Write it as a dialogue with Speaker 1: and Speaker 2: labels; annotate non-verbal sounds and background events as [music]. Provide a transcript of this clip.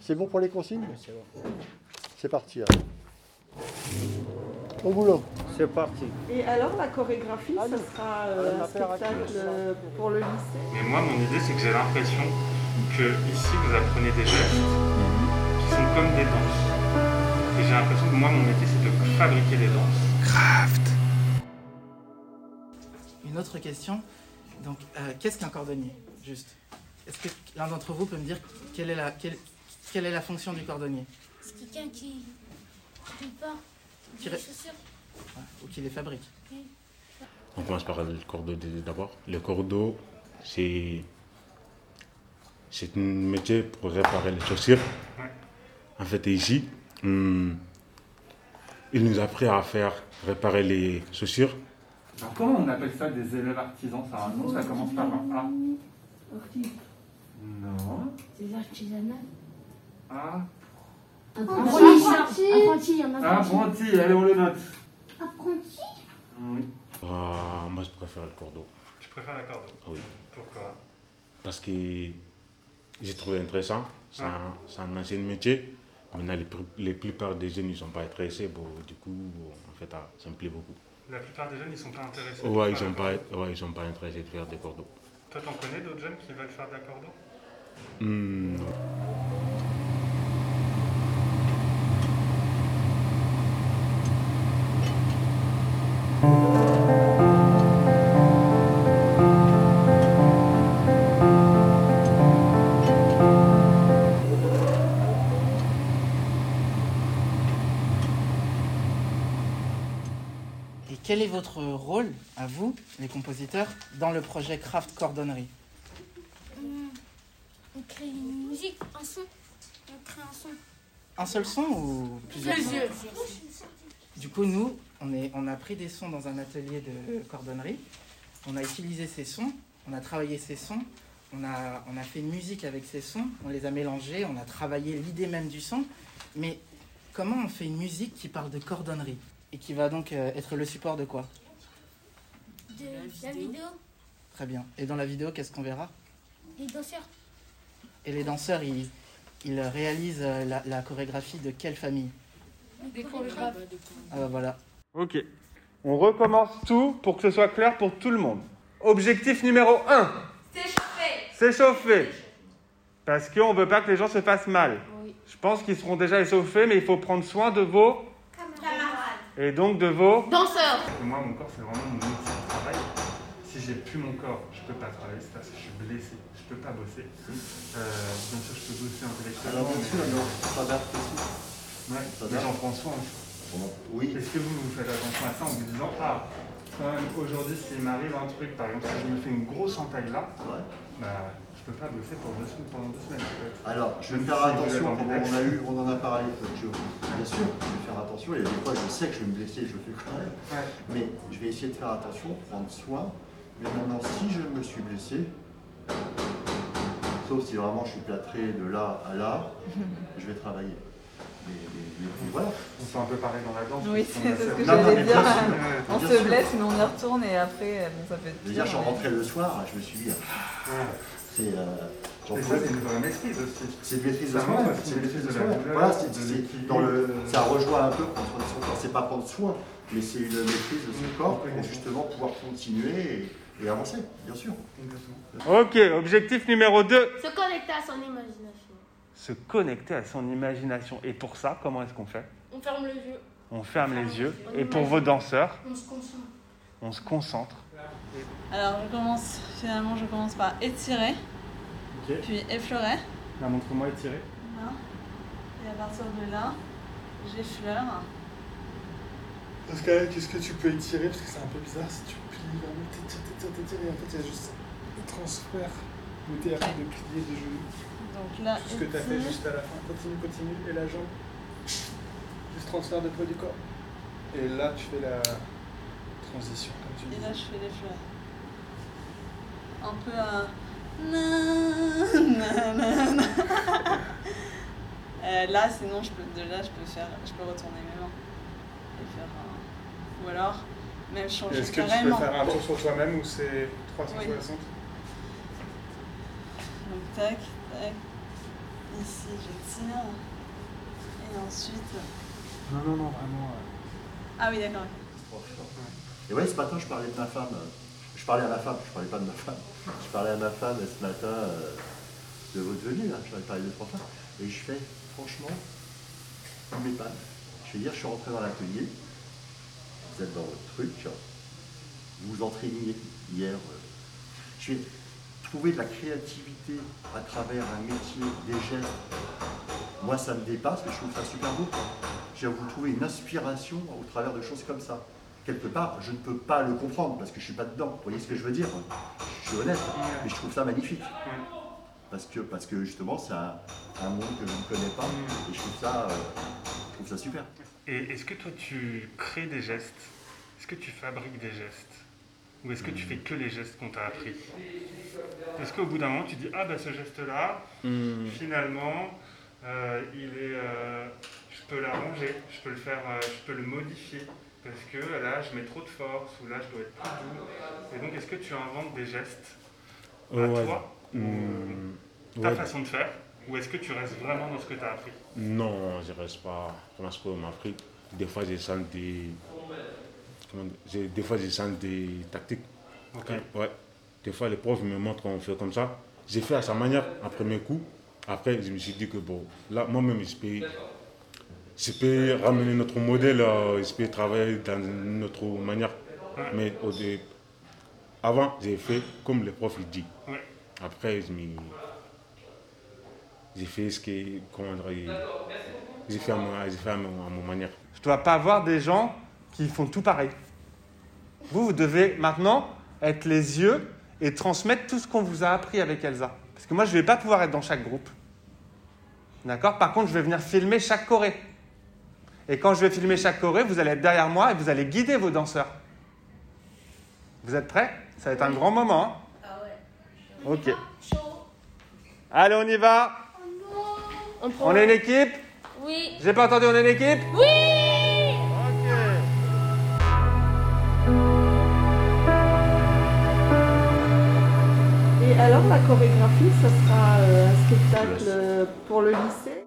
Speaker 1: C'est bon pour les consignes
Speaker 2: C'est bon.
Speaker 1: C'est parti. alors. Au boulot.
Speaker 2: C'est parti.
Speaker 3: Et alors la chorégraphie, ça sera euh, un spectacle euh, pour le lycée
Speaker 4: Mais moi, mon idée, c'est que j'ai l'impression que ici, vous apprenez des gestes qui sont comme des danses. Et j'ai l'impression que moi, mon métier, c'est de fabriquer des danses.
Speaker 5: Une autre question. Donc, euh, qu'est-ce qu'un cordonnier Juste. Est-ce que l'un d'entre vous peut me dire quelle est la, quelle, quelle est la fonction du cordonnier
Speaker 6: C'est quelqu'un qui, qui porte
Speaker 5: Qui
Speaker 6: des
Speaker 5: ré-
Speaker 6: chaussures.
Speaker 5: Voilà. Ou qui les fabrique
Speaker 7: On commence par le cordeau d- d'abord. Le cordeau, c'est c'est un métier pour réparer les chaussures. En fait, ici, hum, il nous a appris à faire réparer les chaussures.
Speaker 8: Alors comment on appelle ça des élèves artisans Ça a un nom, ça commence par un A. Non.
Speaker 6: Des artisanats.
Speaker 8: A.
Speaker 6: Apprenti, apprenti, un
Speaker 8: Apprenti, allez, on le note.
Speaker 6: Apprenti
Speaker 8: Oui.
Speaker 7: Ah, moi, je préfère le cordeau.
Speaker 4: Tu préfères la corde
Speaker 7: Oui.
Speaker 4: Pourquoi
Speaker 7: Parce que j'ai trouvé intéressant. C'est un, c'est un ancien métier. Maintenant, les, pr- les plupart des jeunes ne sont pas intéressés. Bon, du coup, bon, en fait, ah, ça me plaît beaucoup.
Speaker 4: La plupart des jeunes, ils sont pas intéressés.
Speaker 7: Ouais, ils
Speaker 4: Par
Speaker 7: sont
Speaker 4: la
Speaker 7: pas, ouais, ils sont pas intéressés de faire des cordeaux.
Speaker 4: corde. Toi, t'en connais d'autres jeunes qui veulent faire de la corde
Speaker 7: Hum, non.
Speaker 5: Et quel est votre rôle, à vous, les compositeurs, dans le projet Craft Cordonnerie
Speaker 6: On crée une musique, un son. On crée un son.
Speaker 5: Un seul son ou plusieurs sons Du coup, nous, on, est, on a pris des sons dans un atelier de cordonnerie. On a utilisé ces sons, on a travaillé ces sons, on a, on a fait une musique avec ces sons, on les a mélangés, on a travaillé l'idée même du son. Mais comment on fait une musique qui parle de cordonnerie et qui va donc euh, être le support de quoi
Speaker 6: De la vidéo.
Speaker 5: Très bien. Et dans la vidéo, qu'est-ce qu'on verra
Speaker 6: Les danseurs.
Speaker 5: Et les danseurs, ils, ils réalisent euh, la, la chorégraphie de quelle famille
Speaker 6: Des chorégraphes.
Speaker 5: Ah bah voilà.
Speaker 2: Ok. On recommence tout pour que ce soit clair pour tout le monde. Objectif numéro 1. S'échauffer. Parce qu'on ne veut pas que les gens se fassent mal. Je pense qu'ils seront déjà échauffés, mais il faut prendre soin de vos... Et donc de vos...
Speaker 4: Parce que moi, mon corps, c'est vraiment mon outil de travail. Si j'ai plus mon corps, je peux pas travailler, c'est parce que je suis blessé. Je peux pas bosser. Euh, bien sûr, je peux bosser intellectuellement, mais, ouais, mais j'en prends soin aussi.
Speaker 9: Oui.
Speaker 4: Est-ce que vous, vous faites attention à ça en vous disant Ah, quand même, aujourd'hui, s'il m'arrive un truc, par exemple, si je me fais une grosse entaille là,
Speaker 9: Ouais.
Speaker 4: bah, je peux pas bosser pour deux semaines, pendant deux semaines. en fait.
Speaker 9: Alors, je vais
Speaker 4: Même
Speaker 9: faire
Speaker 4: si vous
Speaker 9: attention,
Speaker 4: avez
Speaker 9: comme
Speaker 4: un
Speaker 9: on, a eu, on en a parlé, euh, tu vois. bien sûr, je vais faire attention, il y a des fois je sais que je vais me blesser, je le fais quand même,
Speaker 4: Ouais.
Speaker 9: mais je vais essayer de faire attention, prendre soin, mais maintenant si je me suis blessé, sauf si vraiment je suis plâtré de là
Speaker 1: [laughs]
Speaker 9: à là, je vais travailler. Mais, mais- mais- mais voilà.
Speaker 4: On s'est un peu parlé dans la danse.
Speaker 3: Oui,
Speaker 4: parce qu'on
Speaker 3: c'est
Speaker 4: a
Speaker 3: ce
Speaker 4: fait-
Speaker 3: que
Speaker 4: Non, non,
Speaker 3: j'allais
Speaker 4: mais
Speaker 3: dire.
Speaker 4: bien sûr, euh,
Speaker 3: On
Speaker 9: Bien
Speaker 3: se
Speaker 9: sûr.
Speaker 3: blesse, mais on y retourne et après, euh, bon, ça peut être
Speaker 9: Je veux dire, je suis
Speaker 3: pire, mais-
Speaker 9: rentré le soir, je me suis dit, ah,
Speaker 4: ouais.
Speaker 9: c'est... euh, j'en
Speaker 4: Et ça,
Speaker 9: pouvais
Speaker 4: c'est
Speaker 9: plus.
Speaker 4: une vraie maîtrise aussi.
Speaker 9: C'est une maîtrise de
Speaker 4: Ça
Speaker 9: soi,
Speaker 4: montre aussi
Speaker 9: c'est
Speaker 4: une
Speaker 9: une maîtrise de
Speaker 4: maîtrise
Speaker 9: soi.
Speaker 4: de la douleur,
Speaker 9: Voilà, c'est-
Speaker 4: de
Speaker 9: c'est
Speaker 4: l'équilibre.
Speaker 9: dans le, ça rejoint un peu prendre soin de son corps. C'est pas prendre soin, mais c'est une maîtrise de son corps pour justement pouvoir continuer et, et avancer, bien sûr.
Speaker 4: Exactement.
Speaker 2: Ok, objectif numéro 2.
Speaker 6: Se connecter à son imagination.
Speaker 2: Se connecter à son imagination. Et pour ça, comment est-ce qu'on fait
Speaker 6: On ferme les yeux.
Speaker 2: On ferme les yeux. Et pour vos danseurs,
Speaker 6: On se concentre.
Speaker 2: on se concentre.
Speaker 3: Alors je commence, finalement je commence par étirer,
Speaker 2: Ok.
Speaker 3: puis effleurer.
Speaker 2: Là, montre-moi étirer.
Speaker 3: Voilà. Et à partir de là, j'effleure.
Speaker 10: Parce que qu'est-ce que tu peux étirer Parce que c'est un peu bizarre si tu plies vraiment, t'étires, t'étires, t'étires, et en fait il y a juste le transfert où t'es arrêté de plier des genoux.
Speaker 3: Donc là,
Speaker 10: Tout ce que t'as fait
Speaker 3: étire.
Speaker 10: juste à la fin. Continue, continue, et la jambe. Juste transfert de poids du corps. Et là tu fais la transition, comme tu
Speaker 3: Et
Speaker 10: dis.
Speaker 3: là, je fais les fleurs. Un peu à. Na, na, na, na. Euh, là, sinon, je peux, de là, je peux, faire, je peux retourner mes mains. Et faire un- Ou alors, même changer
Speaker 10: Est-ce que tu peux
Speaker 3: carrément.
Speaker 10: faire un tour sur toi-même ou c'est 360
Speaker 3: Donc, tac, tac. Ici, je tire. Et ensuite.
Speaker 10: Non, non, non, vraiment. euh,
Speaker 3: Ah oui, d'accord.
Speaker 9: Et ouais, ce matin, je parlais de ma femme. Je parlais à ma femme, je parlais pas de ma femme. Je parlais à ma femme ce matin euh, de votre venue, là. J'en ai parlé deux, trois fois. Et je fais, franchement, vous m'épate. Je veux dire, je suis rentré dans l'atelier. Vous êtes dans votre truc. Vous vous entraîniez hier. euh. Je vais trouver de la créativité à travers un métier, des gestes. Moi, ça me dépasse, mais je trouve ça super beau. Je vais vous trouver une inspiration au travers de choses comme ça. Quelque part, je ne peux pas le comprendre parce que je suis pas dedans. Vous voyez ce que je veux dire Je suis honnête, mais je trouve ça magnifique. Parce que, parce que justement, c'est un, un monde que je ne connais pas et je trouve ça, euh, je trouve ça super.
Speaker 4: Et est-ce que toi tu crées des gestes Est-ce que tu fabriques des gestes Ou est-ce que tu fais que les gestes qu'on t'a appris Est-ce qu'au bout d'un moment tu dis ah bah ce geste là, Hum.
Speaker 7: Mm.
Speaker 2: Hmm.
Speaker 4: finalement euh, il est, euh, je peux l'arranger, je peux le faire, euh, je peux le modifier parce que là je mets trop de force ou là je dois être plus doux. Et donc est-ce que tu inventes des gestes à
Speaker 7: Ouais.
Speaker 4: toi,
Speaker 7: Hmm,
Speaker 4: ta
Speaker 7: ouais.
Speaker 4: façon de faire Ou est-ce que tu restes vraiment dans ce que tu as appris
Speaker 7: Non, je reste pas. Comment est-ce qu'on m'a appris Des fois, je sens des. Comment dire j'ai- Des fois, je sens des tactiques.
Speaker 4: Ok.
Speaker 7: Quand- ouais. Des fois, les profs me montrent qu'on fait comme ça. J'ai fait à sa manière, un premier coup. Après, je me suis dit que bon, là, moi-même, je peux, je peux ramener notre modèle, euh, je peux travailler dans notre manière. Mais au dé- avant, j'ai fait comme le prof il dit.
Speaker 4: Ouais.
Speaker 7: Après, je me- j'ai fait ce que, comment dire, j'ai fait à mon- j'ai fait à mon- à mon manière.
Speaker 2: Je dois pas avoir des gens qui font tout pareil. Vous, vous devez maintenant être les yeux et transmettre tout ce qu'on vous a appris avec Elsa. Parce que moi, je ne vais pas pouvoir être dans chaque groupe. D'accord Par contre, je vais venir filmer chaque choré. Et quand je vais filmer chaque choré, vous allez être derrière moi et vous allez guider vos danseurs. Vous êtes prêts Ça va être un grand moment. Ah ouais. Ok. Allez, on y va.
Speaker 11: On,
Speaker 2: On est une équipe
Speaker 11: Oui.
Speaker 2: J'ai pas entendu, on est une équipe
Speaker 11: Oui
Speaker 12: Et alors la chorégraphie, ça sera euh, un spectacle euh, pour le lycée